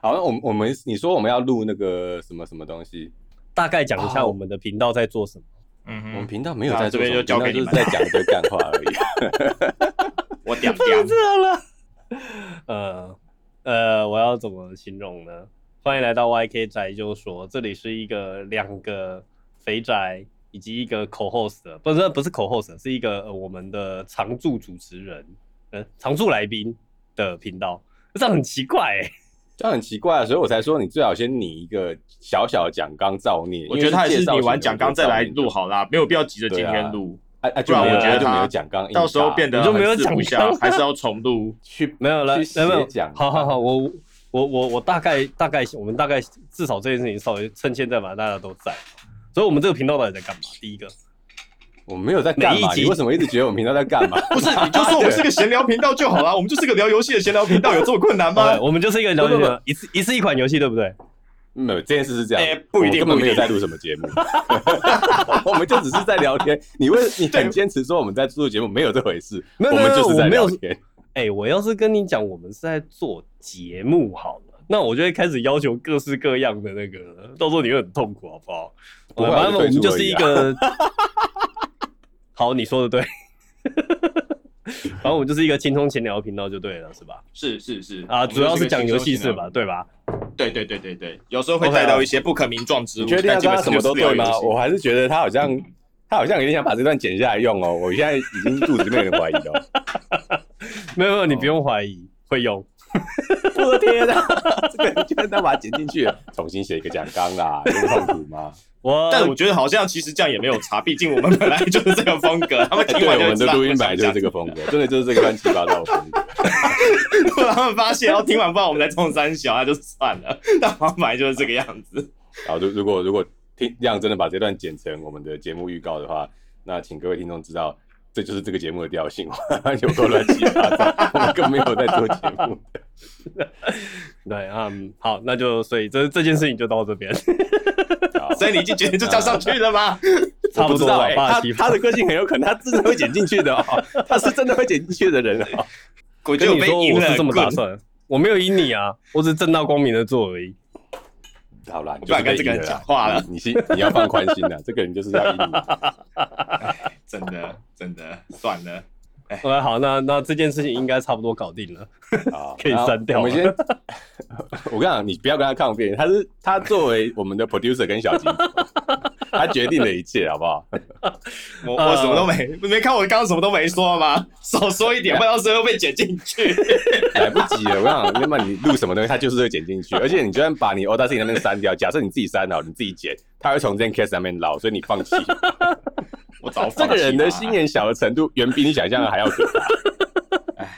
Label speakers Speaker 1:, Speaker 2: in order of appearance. Speaker 1: 好，那我们我们你说我们要录那个什么什么东西，
Speaker 2: 大概讲一下
Speaker 1: 哦
Speaker 2: 我们的频道在 做什么。
Speaker 3: 嗯
Speaker 1: 我们
Speaker 3: 哼，
Speaker 1: 频道没有
Speaker 3: 那
Speaker 1: 在
Speaker 3: 这
Speaker 1: 做
Speaker 3: 边
Speaker 1: 什么，
Speaker 3: 就交
Speaker 1: 频道
Speaker 3: 给
Speaker 1: 就
Speaker 3: 你
Speaker 1: 是
Speaker 3: 们
Speaker 1: 在讲一堆干话而已。
Speaker 3: 我屌
Speaker 2: 不
Speaker 3: 屌
Speaker 2: 能，这样了。呃呃，我要怎么形容呢？欢迎来到 YK 宅就说，这里是一个两个肥宅以及一个 co-host，的不是不是 co-host，是一个、呃我们的常驻主持人，呃常驻来宾的频道，这样很奇怪、 欸。
Speaker 1: 这样很奇怪啊，所以我才说你最好先拟一个小小的讲纲造孽。
Speaker 3: 我觉得他还
Speaker 1: 也
Speaker 3: 是你完讲纲再来录，好啦，没有必要急着今
Speaker 1: 对啊
Speaker 3: 天录，
Speaker 1: 哎哎，
Speaker 3: 不然
Speaker 1: 就没有
Speaker 3: 我觉得
Speaker 1: 就没
Speaker 3: 他
Speaker 1: 有讲纲，
Speaker 3: 到时候变得
Speaker 2: 你就没有
Speaker 3: 很四不
Speaker 2: 讲纲
Speaker 3: 像，还是要重录。
Speaker 1: 去
Speaker 2: 没有了，
Speaker 1: 去
Speaker 2: 没有没有
Speaker 1: 写讲，
Speaker 2: 好好好，我我我我大概大概我们大概至少这件事情稍微趁现在嘛，大家都在，所以我们这个频道到底在干嘛？第一个，
Speaker 1: 我们没有在干
Speaker 2: 每一
Speaker 1: 嘛，
Speaker 2: 集
Speaker 1: 你为什么一直觉得我们频道在干嘛？
Speaker 3: 不是，你就说我们是个闲聊频道就好啦，我们就是个聊游戏的闲聊频道，有这么困难吗
Speaker 2: 对，？我们就是一个聊
Speaker 1: 不不不
Speaker 2: 天，一次一次一款游戏，对不对？
Speaker 1: 没有，这件事是这样的，
Speaker 3: 哎不一定
Speaker 1: 我们根本没有
Speaker 3: 不一定
Speaker 1: 在录什么节目， 我们就只是在聊天。你为你很坚持说我们在录节目，没有这回事，
Speaker 2: 没有
Speaker 1: 我
Speaker 2: 没有
Speaker 1: 们就是在
Speaker 2: 没有
Speaker 1: 聊
Speaker 2: 我没有
Speaker 1: 天。
Speaker 2: 哎、我要是跟你讲，我们是在做节目好了，那我就会开始要求各式各样的那个了，到时候你会很痛苦，好不好？
Speaker 1: 不会啊
Speaker 2: 反正
Speaker 1: 就
Speaker 2: 我
Speaker 1: 退
Speaker 2: 们
Speaker 1: 出
Speaker 2: 就
Speaker 1: 而
Speaker 2: 是
Speaker 1: 已
Speaker 2: 一
Speaker 1: 啊
Speaker 2: 个， 好，你说的对，反正我们就是一个轻松闲聊频道就对了，是吧？
Speaker 3: 是是是
Speaker 2: 啊，主要是讲游戏是
Speaker 3: 是
Speaker 2: 吧？？对吧？
Speaker 3: 对对对对对，有时候会带到一些不可名状之
Speaker 1: 你
Speaker 3: 物，
Speaker 1: 确定
Speaker 3: 但
Speaker 1: 要
Speaker 3: 基
Speaker 1: 跟
Speaker 3: 本
Speaker 1: 他
Speaker 3: 上
Speaker 1: 什
Speaker 3: 就
Speaker 1: 么
Speaker 3: 是
Speaker 1: 都
Speaker 3: 聊
Speaker 1: 对吗？
Speaker 3: 游戏
Speaker 1: 我还是觉得他好像，他好像有点想把这段剪下来用哦。我现在已经肚子里面有点怀疑了。
Speaker 2: 没有没有，你不用怀疑，会用。
Speaker 1: 哦 我的天啊哪，这个你居然再把它剪进去，哦 重新写一个讲纲啦，有点痛苦吗？
Speaker 2: 我
Speaker 3: 但我觉得好像其实这样也没有差，毕竟我们本来就是这个风格，他们
Speaker 1: 哎
Speaker 3: 听
Speaker 1: 对，
Speaker 3: 完
Speaker 1: 我
Speaker 3: 就会
Speaker 1: 们
Speaker 3: 知
Speaker 1: 的
Speaker 3: 道
Speaker 1: 录音版
Speaker 3: 版
Speaker 1: 就是这个
Speaker 3: 个，
Speaker 1: 风格，真的就是这个乱七八糟的风格。
Speaker 3: 他们发现要听完，不然我们再冲三小，那就算了。但我们本来就是这个样子，
Speaker 1: 好，如如果如果听亮真的把这段剪成我们的节目预告的话，那请各位听众知道，这就是这个节目的调性， 有够乱七八糟，我们更没有在做节目。
Speaker 2: 对啊、嗯，好，那就所以这这件事情就到这边，
Speaker 1: 好
Speaker 3: 所以你已经决定就加上去了吗？
Speaker 2: 差不
Speaker 1: 我知
Speaker 2: 多
Speaker 1: 道
Speaker 2: 了
Speaker 1: 哎，
Speaker 2: 八
Speaker 1: 他
Speaker 2: 十七分
Speaker 1: 他的个性很有可能他真的会剪进去的 哦，他是真的会剪进去的人哦。
Speaker 3: 我
Speaker 2: 跟
Speaker 3: 就
Speaker 2: 你
Speaker 3: 被
Speaker 2: 说
Speaker 3: 赢
Speaker 2: 我
Speaker 3: 了，
Speaker 2: 是这么打
Speaker 3: 滚
Speaker 2: 算，我没有赢你啊，我只是正大光明的做而已。
Speaker 1: 好啦，你
Speaker 3: 不敢跟这个人讲话了
Speaker 1: 啊就是被阴啦，你你心你要放宽心啊 了，这个人就是要啊阴你。
Speaker 3: 真的真的算了。
Speaker 2: OK，好，啊那那这件事情应该差不多搞定了。
Speaker 1: 啊，
Speaker 2: 可以删掉
Speaker 1: 然后我们
Speaker 2: 了
Speaker 1: 先， 我跟你讲，你不要跟他抗辩，他是他作为我们的 producer 跟小金， 他决定了一切，好不好？
Speaker 3: 我
Speaker 2: 呃
Speaker 3: 我什么都没，没看我刚刚什么都没说吗？少说一 点，不然到时候又被剪进去。
Speaker 1: 来不及了，我想，那么你录什么东西，他就是会剪进去，而且你就算把你 o d a c i 那边删掉，假设你自己删好，你自己剪，他会从这件 case 上面捞，所以你放弃。
Speaker 3: 我早放
Speaker 1: 这
Speaker 3: 弃啊
Speaker 1: 个人的
Speaker 3: 啦
Speaker 1: 啊心眼小的程度，远比你想象的还要可怕。